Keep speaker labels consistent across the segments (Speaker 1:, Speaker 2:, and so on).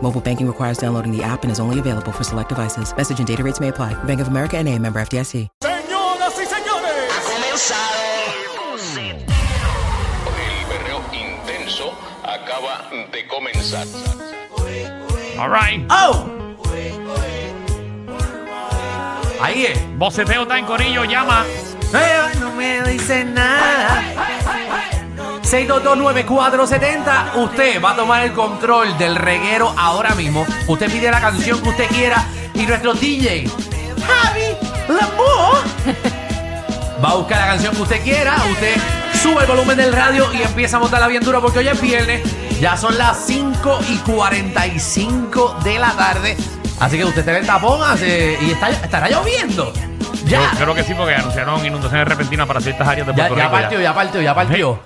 Speaker 1: Mobile banking requires downloading the app and is only available for select devices. Message and data rates may apply. Bank of America and a member FDIC.
Speaker 2: Señoras y señores,
Speaker 3: Ha comenzado el
Speaker 4: El berreo intenso acaba de comenzar.
Speaker 5: All right.
Speaker 6: Oh!
Speaker 5: Ahí es. Boceteo está en corillo, llama.
Speaker 6: Ay, no me dicen nada. 6229470. Usted va a tomar el control del reguero ahora mismo. Usted pide la canción que usted quiera y nuestro DJ, Javi Lamour, va a buscar la canción que usted quiera. Usted sube el volumen del radio y empieza a montarla bien dura porque hoy es viernes. Ya son las 5 y 45 de la tarde. Así que usted está en el tapón hace- y está- estará lloviendo. Ya.
Speaker 5: Yo creo que sí, porque anunciaron inundaciones repentinas para ciertas áreas de
Speaker 6: Ya,
Speaker 5: Puerto
Speaker 6: ya
Speaker 5: Pues Rico. ya.
Speaker 6: partió, ya partió, ya partió.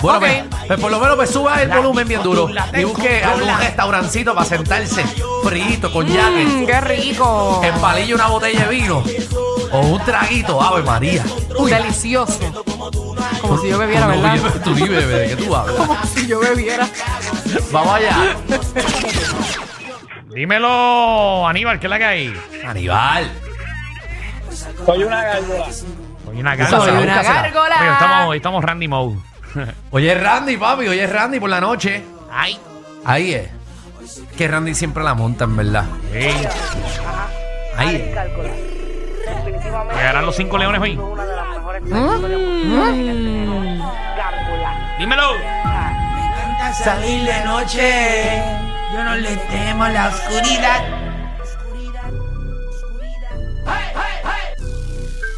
Speaker 6: Bueno, pues, pues por lo menos pues suba el volumen bien duro y busque algún restaurancito para sentarse frito con jacket,
Speaker 7: Qué rico.
Speaker 6: empalille una botella de vino o un traguito, Ave María.
Speaker 7: Delicioso. Como si yo bebiera,
Speaker 6: No,
Speaker 7: ¿verdad?
Speaker 6: yo- tú ni bebes, ¿de qué tú hablas?
Speaker 7: Como si yo bebiera.
Speaker 6: Vamos allá.
Speaker 5: Dímelo, Aníbal, ¿qué es la que hay?
Speaker 6: Aníbal.
Speaker 2: soy una gárgola.
Speaker 5: Hoy una
Speaker 6: Esa
Speaker 5: gárgola.
Speaker 7: Soy
Speaker 6: Soy una
Speaker 7: una
Speaker 5: Oye, estamos,
Speaker 7: gárgola.
Speaker 5: hoy estamos Randy Mode.
Speaker 6: Oye, Randy, papi, oye, Randy por la noche.
Speaker 5: Ay.
Speaker 6: Ahí es. Que Randy siempre la monta, en verdad.
Speaker 5: Sí.
Speaker 6: Ahí es.
Speaker 5: Llegarán los cinco leones hoy. Dímelo.
Speaker 6: Salir de noche. Yo no le temo la oscuridad.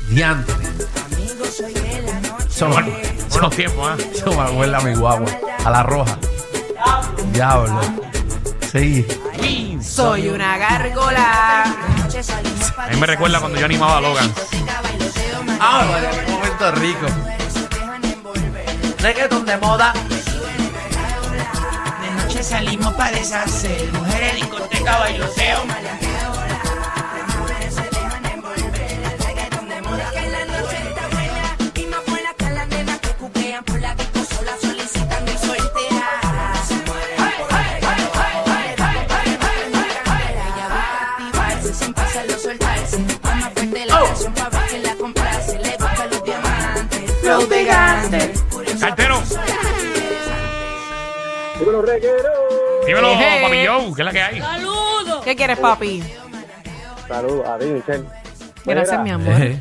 Speaker 6: Diante. Eso
Speaker 5: Bueno,
Speaker 6: me-
Speaker 5: buenos tiempos, ¿ah?
Speaker 6: eso me huele a mi guagua. A la roja. Diablo. Sí.
Speaker 7: Soy una gárgola.
Speaker 5: A mí me recuerda cuando yo animaba a Logan.
Speaker 6: Ah, vale, Puerto Rico. Reggaeton de moda.
Speaker 8: De noche salimos para deshacer. Mujeres, discoteca, bailoteo.
Speaker 6: Los gigantes.
Speaker 5: Cartero.
Speaker 2: Dímelo, reguero.
Speaker 5: Dímelo,
Speaker 7: Eje.
Speaker 5: papi Joe, ¿qué es la que hay?
Speaker 7: ¿Qué quieres, papi?
Speaker 2: Saludos a ti, Michelle.
Speaker 7: Gracias,
Speaker 2: Mira,
Speaker 7: mi amor.
Speaker 6: Eh,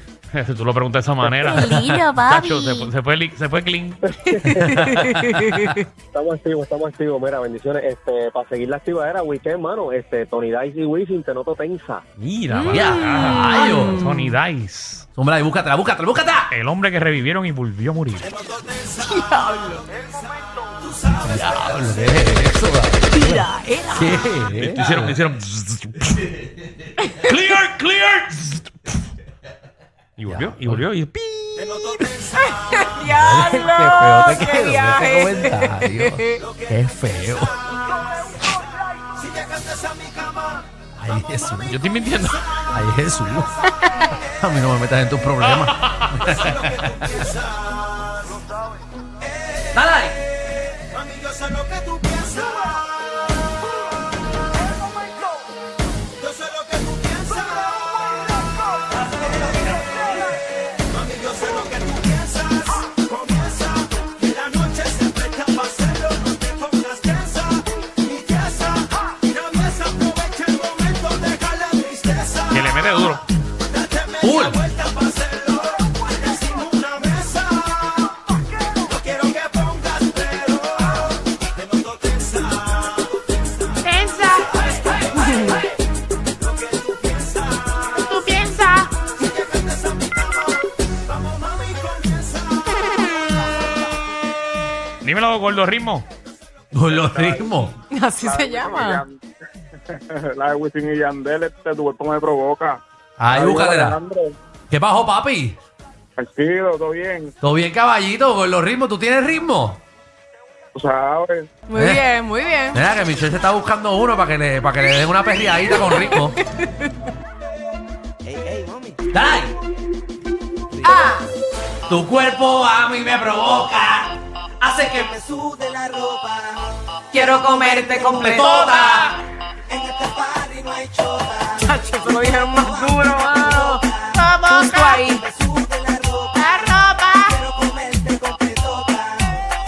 Speaker 5: Tú lo preguntas de esa manera.
Speaker 7: Lindo, papi.
Speaker 5: Tacho, se, fue- se fue, li- se fue clean.
Speaker 2: Estamos activos, estamos activos. Mira, bendiciones. Este, para seguir la activadera, weekend, mano. Este, Tony Dice y Wisin, te noto tensa.
Speaker 6: Mira,
Speaker 5: Ah,
Speaker 6: vaya. oh.
Speaker 5: Tony Dice.
Speaker 6: Hombre, ahí, búscatela, búscatela, búscatela.
Speaker 5: El hombre que revivieron y volvió a morir.
Speaker 6: Diablo, ¿qué es eso? ¿Qué?
Speaker 5: Le hicieron, le hicieron. ¡Clear! ¡Clear! Y volvió, y volvió, y ¡pi!
Speaker 6: Qué
Speaker 7: Diablo.
Speaker 6: feo te
Speaker 7: qué
Speaker 6: quedó
Speaker 7: viaje.
Speaker 6: ese comentario. Qué feo. Ay, Jesús.
Speaker 5: Yo estoy mintiendo.
Speaker 6: Ay, Jesús. A mí no me metas en tus problemas. Dale, dale.
Speaker 5: Que le mete duro.
Speaker 6: Full.
Speaker 8: No quiero que pongas
Speaker 5: Dímelo, gordo ritmo.
Speaker 6: Con los ritmos.
Speaker 7: Así se llama.
Speaker 2: La de Wisin y Yandel, este, tu cuerpo me provoca.
Speaker 6: Ahí, búscatela.
Speaker 2: Alejandro,
Speaker 6: ¿Qué pasó, papi?
Speaker 2: Tranquilo, todo bien,
Speaker 6: ¿Todo bien, caballito? Con los ritmos. ¿Tú tienes ritmo?
Speaker 2: tú sabes.
Speaker 7: Muy
Speaker 6: Eh.
Speaker 7: bien, muy bien.
Speaker 6: Mira que Michelle se está buscando uno para que le, para que le den una perriadita con ritmo. ¡Dale!
Speaker 7: Ah,
Speaker 6: Tu cuerpo a mí me provoca. Hace que me
Speaker 8: Sude la ropa.
Speaker 7: quiero comerte
Speaker 6: suple
Speaker 7: completota.
Speaker 6: toda.
Speaker 8: En este party no hay chota.
Speaker 7: Chacho, se lo dijeron más duro, mano. Justo ahí.
Speaker 8: Me sude la ropa.
Speaker 7: La ropa.
Speaker 8: Quiero comerte completota.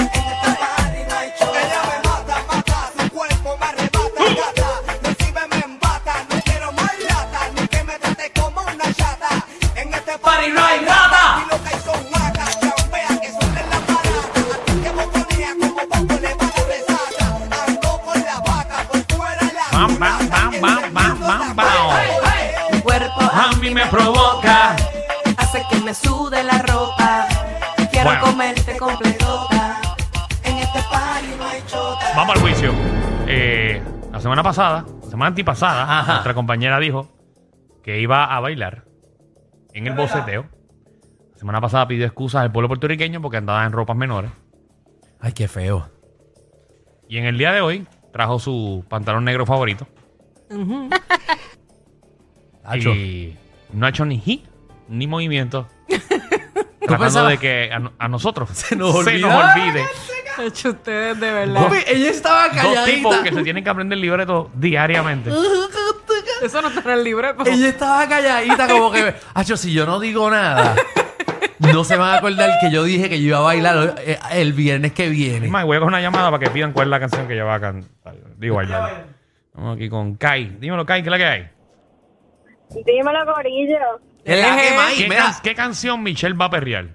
Speaker 8: En este party no hay chota. Ella me mata, mata. Su cuerpo me arrebata, gata. Recibe, me embata. No quiero más lata. Ni que me trate como una chata. En este
Speaker 6: Party no hay nada.
Speaker 8: Y lo que hay son matas. Champea que son en la parada. A ti que botonea como poco le va la resaca. Ando con la vaca. Por fuera la
Speaker 5: Bam, bam, bam, bam, bam, bam, bam.
Speaker 7: Mi cuerpo
Speaker 6: A mí me provoca.
Speaker 7: hace que me sude la ropa. Quiero
Speaker 5: Bueno.
Speaker 7: comerte completota.
Speaker 8: En este party no hay chota.
Speaker 5: Vamos al juicio. Eh, la semana pasada, la semana antipasada,
Speaker 6: Ajá.
Speaker 5: nuestra compañera dijo que iba a bailar en el boceteo. La semana pasada pidió excusas al pueblo puertorriqueño porque andaba en ropas menores.
Speaker 6: Ay, qué feo.
Speaker 5: Y en el día de hoy trajo su pantalón negro favorito.
Speaker 6: Nacho.
Speaker 5: Y no ha hecho ni hit, ni movimiento. tratando
Speaker 6: pensabas-
Speaker 5: de que a, no- a nosotros
Speaker 6: Se nos olvida.
Speaker 5: olvide.
Speaker 7: Hecho ustedes de verdad.
Speaker 6: Papi, ella estaba
Speaker 5: Dos tipos que se
Speaker 6: calladita.
Speaker 5: tienen que aprender el libreto diariamente.
Speaker 7: Eso no está en el libreto.
Speaker 6: Ella estaba calladita como que... Acho, si yo no digo nada, no se van a acordar que yo dije que yo iba a bailar eh, el viernes que
Speaker 5: Es
Speaker 6: viene.
Speaker 5: más, voy a coger una llamada para que pidan cuál es la canción que ella va a cantar. Digo, bailar. Vamos aquí con Kai. Dímelo, Kai, ¿qué es la que hay?
Speaker 9: Dímelo, Corillo.
Speaker 6: Es la que más,
Speaker 5: eh, ¿Qué,
Speaker 6: mira.
Speaker 5: can- qué canción Michelle va a perrear?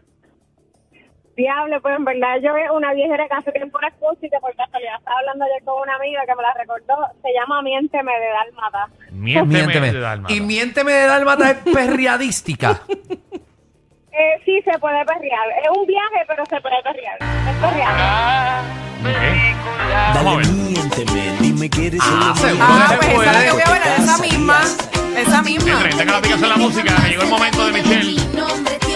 Speaker 9: Diablo, pues en verdad yo es una viejera que hace tiempo no escucho y que por casualidad estaba hablando ayer con una amiga que me la recordó. Se llama Miénteme de Dalmata.
Speaker 5: Miénteme,
Speaker 6: Miénteme.
Speaker 5: de Dálmata.
Speaker 6: Y miénteme de Dálmata es perriadística.
Speaker 9: Eh, sí, se puede perrear. Es un viaje, pero se puede perrear. Es perrear.
Speaker 5: Ok. Vamos a ver.
Speaker 3: miénteme, dime que eres
Speaker 6: ah, seguro
Speaker 7: Ah,
Speaker 6: se
Speaker 7: pues esa es la que voy
Speaker 6: puede.
Speaker 7: a ver, esa misma. Esa misma.
Speaker 5: Entre, tenga la aplicación de la música. que Llegó el momento de Michelle.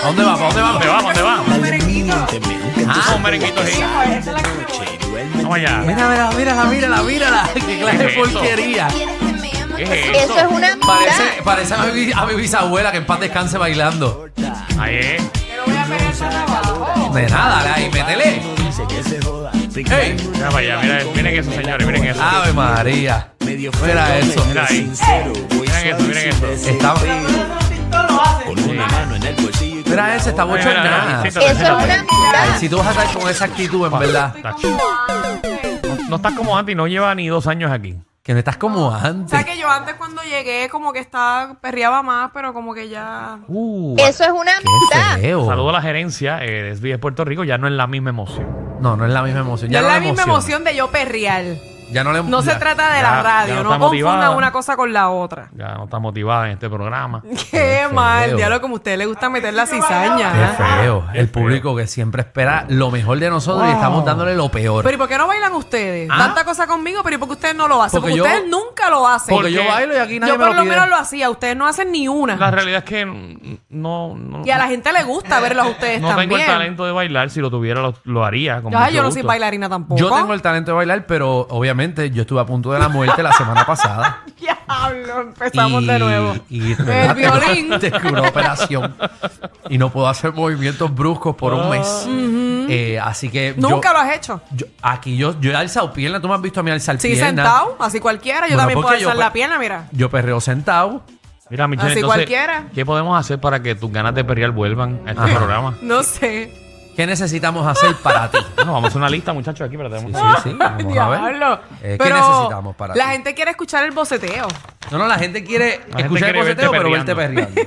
Speaker 6: ¿A dónde va? ¿A dónde va?
Speaker 5: ¿Dónde vamos? ¿Dónde vamos?
Speaker 3: miénteme.
Speaker 5: Ah, un merenguito sí. Vamos allá.
Speaker 6: Mírala, mírala, mírala, mírala. Qué clase de
Speaker 5: ¿Qué es eso?
Speaker 6: porquería.
Speaker 5: ¿Qué es eso?
Speaker 9: es una
Speaker 6: Parece, parece a, mi, a mi bisabuela que en paz descanse bailando.
Speaker 5: Ahí eh. es.
Speaker 7: Pero voy a pegar eso abajo.
Speaker 6: De nada, dale, métele. ¡Ey!
Speaker 5: Mira para allá. Mira, miren eso, señores. Miren eso.
Speaker 6: ¡Ave María! Mira eso.
Speaker 5: Mira ahí. Miren eso, miren eso.
Speaker 6: Está, mira ese, está
Speaker 5: Mira, mira, mira,
Speaker 6: bochornada.
Speaker 5: sí, sí, sí, sí.
Speaker 6: Ay, Si tú vas a estar con esa actitud, en verdad,
Speaker 5: No- No estás como antes y no lleva ni dos años aquí.
Speaker 6: que no estás como
Speaker 7: O
Speaker 6: antes.
Speaker 7: sea que yo antes cuando llegué como que estaba, perreaba más, pero como que ya...
Speaker 5: Uh,
Speaker 9: es una
Speaker 6: ¡Qué feo!
Speaker 5: Saludo a la gerencia eh, de SBS Puerto Rico, ya no es la misma emoción.
Speaker 6: No, no es la misma emoción. Ya
Speaker 7: no
Speaker 6: no
Speaker 7: es la
Speaker 6: le
Speaker 7: misma emoción de yo perrear.
Speaker 6: Ya no le
Speaker 7: No se
Speaker 6: ya.
Speaker 7: trata de
Speaker 5: ya-
Speaker 7: la
Speaker 5: ya no
Speaker 7: radio,
Speaker 5: está
Speaker 7: no confunda
Speaker 5: motivada.
Speaker 7: una cosa con la otra.
Speaker 5: Ya no está motivada en este programa.
Speaker 7: Qué
Speaker 6: feo.
Speaker 7: mal, diablo, como a usted le gusta meter la
Speaker 6: Qué
Speaker 7: cizaña. ¿eh?
Speaker 6: feo.
Speaker 5: Qué
Speaker 6: El
Speaker 5: feo.
Speaker 6: público que siempre espera lo mejor de nosotros y estamos dándole lo peor.
Speaker 7: Pero ¿y por qué no bailan ustedes?
Speaker 6: Ah.
Speaker 7: Tanta cosa conmigo, pero ¿y por qué ustedes no lo hacen?
Speaker 6: Porque
Speaker 7: Porque,
Speaker 6: yo-
Speaker 7: ustedes nunca lo hacen.
Speaker 6: porque yo
Speaker 5: porque
Speaker 6: bailo y aquí nadie
Speaker 7: Yo
Speaker 6: me
Speaker 7: por
Speaker 6: lo
Speaker 7: lo
Speaker 6: pide.
Speaker 7: menos lo hacía, ustedes no hacen ni
Speaker 5: La
Speaker 7: una.
Speaker 5: realidad es que mm, no, no,
Speaker 7: Y a la gente le
Speaker 6: Eh,
Speaker 7: gusta verlos a ustedes
Speaker 5: no
Speaker 7: también.
Speaker 5: tengo el talento de bailar. Si lo tuviera, lo, lo haría. Con
Speaker 7: Yo, ay,
Speaker 5: mucho
Speaker 7: yo no soy
Speaker 5: gusto.
Speaker 7: bailarina tampoco.
Speaker 6: Yo tengo el talento de bailar, pero obviamente yo estuve a punto de la muerte la semana pasada.
Speaker 7: Diablo, empezamos de nuevo.
Speaker 6: y-
Speaker 7: el violín.
Speaker 6: Tengo una operación y no puedo hacer movimientos bruscos por un mes.
Speaker 7: Ah.
Speaker 6: Eh, así que yo-
Speaker 7: Nunca lo has hecho.
Speaker 6: yo- aquí yo, yo he alzado pierna, tú me has visto a mí alzar
Speaker 7: Sí,
Speaker 6: pierna.
Speaker 7: sentado, así cualquiera. Yo
Speaker 6: Bueno,
Speaker 7: también puedo
Speaker 6: porque yo pues-
Speaker 7: alzar
Speaker 6: pe-
Speaker 7: la pierna, mira.
Speaker 6: Yo perreo sentado.
Speaker 5: Mira, Michelle,
Speaker 7: Así
Speaker 5: entonces,
Speaker 7: cualquiera.
Speaker 5: ¿qué podemos hacer para que tus ganas de perrear vuelvan a este
Speaker 6: Ajá.
Speaker 5: programa?
Speaker 7: No sé.
Speaker 6: ¿Qué necesitamos hacer para ti?
Speaker 5: Bueno, vamos a hacer una lista, muchachos, aquí. Pero tenemos
Speaker 6: Sí,
Speaker 5: que-
Speaker 6: sí, vamos a ver.
Speaker 7: Diablo.
Speaker 6: Eh, ¿Qué
Speaker 7: Pero
Speaker 6: necesitamos para
Speaker 7: La
Speaker 6: ti?
Speaker 7: gente quiere escuchar el boceteo.
Speaker 6: No, no, la gente quiere
Speaker 5: gente
Speaker 6: escuchar
Speaker 5: quiere
Speaker 6: el boceteo, pero
Speaker 5: verte
Speaker 6: verte perreando.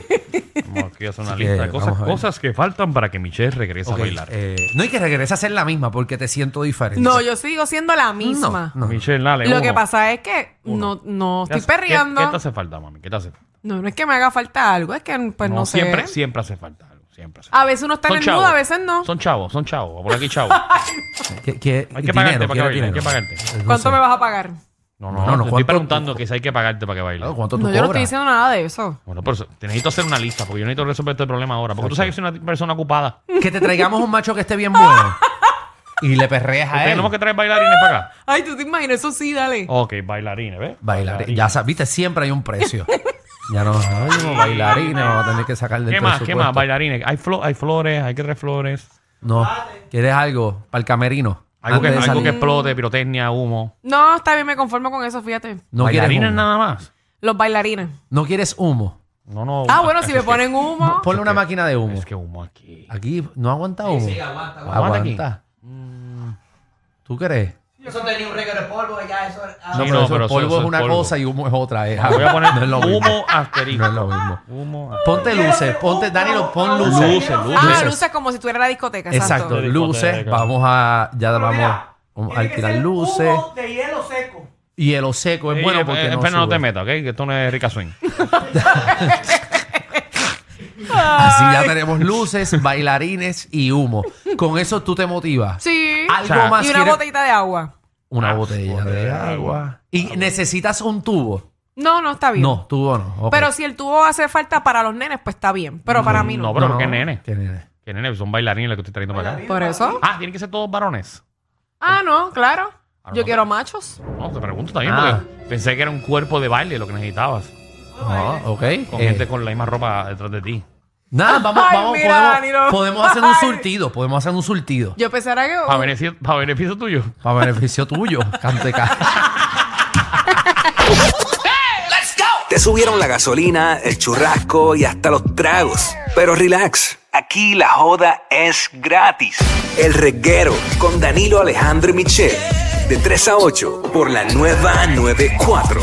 Speaker 5: Vamos aquí a hacer una
Speaker 6: Así que
Speaker 5: lista de
Speaker 6: vamos
Speaker 5: cosas,
Speaker 6: a ver.
Speaker 5: cosas que faltan para que Michelle regrese
Speaker 6: Ok,
Speaker 5: a bailar.
Speaker 6: eh, no hay que regresar a ser la misma porque te siento diferente.
Speaker 7: No, yo sigo siendo la misma.
Speaker 6: no.
Speaker 5: Michelle, dale.
Speaker 7: Lo
Speaker 5: uno.
Speaker 7: que pasa es que no, no estoy
Speaker 5: ¿Qué hace- qué-
Speaker 7: perreando.
Speaker 5: ¿Qué, te hace falta, mami? ¿Qué te hace falta?
Speaker 7: No, no es que me haga falta algo, es que pues no, sé.
Speaker 5: Siempre, siempre hace falta algo. Siempre hace
Speaker 7: A veces uno está en el
Speaker 5: chavos.
Speaker 7: nudo, a veces no.
Speaker 5: Son chavos, son chavos. Por aquí chavos.
Speaker 6: Que- que-
Speaker 5: Hay que pagarte
Speaker 6: dinero, quiero
Speaker 5: para que baile, hay
Speaker 6: dinero.
Speaker 5: que pagarte.
Speaker 6: No
Speaker 7: ¿Cuánto
Speaker 6: sé.
Speaker 7: me vas a pagar?
Speaker 6: No,
Speaker 5: No, no,
Speaker 6: no,
Speaker 5: no. Estoy
Speaker 6: ¿cuánto-
Speaker 5: preguntando que si hay que pagarte para que baile.
Speaker 6: Claro, ¿Cuánto tú
Speaker 7: No, yo no estoy
Speaker 6: cobras?
Speaker 7: diciendo nada de eso.
Speaker 5: Bueno, pero te necesito hacer una lista porque yo necesito resolver este problema ahora. Porque tú sabes que soy una persona ocupada.
Speaker 6: Que te traigamos un macho que esté bien bueno y le perreas a él.
Speaker 5: Tenemos que traer bailarines para acá.
Speaker 7: Ay, tú te imaginas, eso sí, dale.
Speaker 6: Oh.
Speaker 5: Ok, bailarines, ¿ves?
Speaker 6: Bailar. Ya sabiste, siempre hay un precio. ya no, ay, no, bailarines, vamos a tener que sacar del
Speaker 5: ¿Qué más? ¿Qué más?
Speaker 6: presupuesto.
Speaker 5: Bailarines. Hay, flo- hay flores, hay que traer flores.
Speaker 6: No. ¿Quieres algo para el camerino?
Speaker 5: Algo, que,
Speaker 6: Antes de
Speaker 5: algo que
Speaker 6: salir.
Speaker 5: explote, pirotecnia, humo.
Speaker 7: No, está bien, me conformo con eso, fíjate.
Speaker 6: No quieres
Speaker 5: bailarines
Speaker 6: humo.
Speaker 5: nada más.
Speaker 7: Los bailarines.
Speaker 6: No quieres humo.
Speaker 5: No,
Speaker 6: Oh.
Speaker 5: no.
Speaker 7: Ah,
Speaker 5: humo.
Speaker 7: bueno, si
Speaker 5: Es
Speaker 7: me
Speaker 5: que-
Speaker 7: ponen humo.
Speaker 6: Ponle una máquina de humo.
Speaker 5: Es que humo aquí.
Speaker 6: Aquí no aguanta humo. aguanta,
Speaker 5: aguanta aquí. Mm.
Speaker 6: ¿Tú crees?
Speaker 8: Eso tenía un regalo de polvo, ya eso. Ah.
Speaker 5: Sí,
Speaker 6: No, pero,
Speaker 5: no,
Speaker 6: eso,
Speaker 5: pero eso-
Speaker 6: polvo
Speaker 5: eso
Speaker 6: es
Speaker 5: es
Speaker 6: una
Speaker 5: polvo. Ah,
Speaker 6: cosa y humo es otra. eh.
Speaker 5: Voy a poner
Speaker 6: No es lo mismo.
Speaker 5: humo asterisco.
Speaker 6: No es lo mismo.
Speaker 5: Humo
Speaker 6: Ponte luces, ponte, Danilo, pon luces.
Speaker 5: Luces, luces.
Speaker 7: Ah, luces como si tuviera la discoteca.
Speaker 6: Exacto,
Speaker 5: Exacto.
Speaker 6: luces. Vamos a, ya vamos a alquilar luces.
Speaker 8: de hielo seco.
Speaker 6: Hielo seco es Pues bueno porque
Speaker 5: no
Speaker 6: no
Speaker 5: espera, eh, no
Speaker 6: sube.
Speaker 5: te metas, ¿ok? Que esto no es rica swing.
Speaker 6: Así ya tenemos luces, bailarines y humo. Con eso tú te motivas.
Speaker 7: Sí.
Speaker 6: Algo
Speaker 7: Y
Speaker 5: sea,
Speaker 7: una
Speaker 6: más. quieres-
Speaker 7: botellita de agua.
Speaker 6: Una
Speaker 5: Ah,
Speaker 6: botella
Speaker 5: botella
Speaker 6: de
Speaker 5: de
Speaker 6: agua.
Speaker 5: agua. Ah,
Speaker 6: ¿Y necesitas un tubo?
Speaker 7: No, no está bien.
Speaker 6: No, tubo no. ok.
Speaker 7: Pero si el tubo hace falta para los nenes, pues está bien. Pero para
Speaker 6: Mm,
Speaker 7: mí no.
Speaker 5: No, pero ¿qué nene?
Speaker 6: ¿Qué nene?
Speaker 5: Que nene, son bailarines los que estoy trayendo para acá.
Speaker 7: ¿Por eso?
Speaker 5: Ah, tienen que ser todos varones.
Speaker 7: Ah, no, claro.
Speaker 5: Ah,
Speaker 7: Yo
Speaker 5: no.
Speaker 7: quiero machos.
Speaker 5: No, te pregunto también
Speaker 6: Ah.
Speaker 5: porque pensé que era un cuerpo de baile lo que necesitabas.
Speaker 6: Ah, ok.
Speaker 5: Con este
Speaker 6: Eh,
Speaker 5: gente con la misma ropa detrás de ti.
Speaker 6: Nada, vamos,
Speaker 7: Ay,
Speaker 6: vamos,
Speaker 7: mira,
Speaker 6: podemos,
Speaker 7: Danilo.
Speaker 6: podemos hacer un
Speaker 7: Ay.
Speaker 6: surtido, podemos hacer un surtido.
Speaker 7: Yo pensara que.
Speaker 5: Para beneficio, pa' beneficio tuyo.
Speaker 6: Para beneficio tuyo, Canteca.
Speaker 3: Te subieron la gasolina, el churrasco y hasta los tragos. Pero relax, aquí la joda es gratis. El reguero con Danilo Alejandro y Michel. De 3 a 8 por la nueva 94.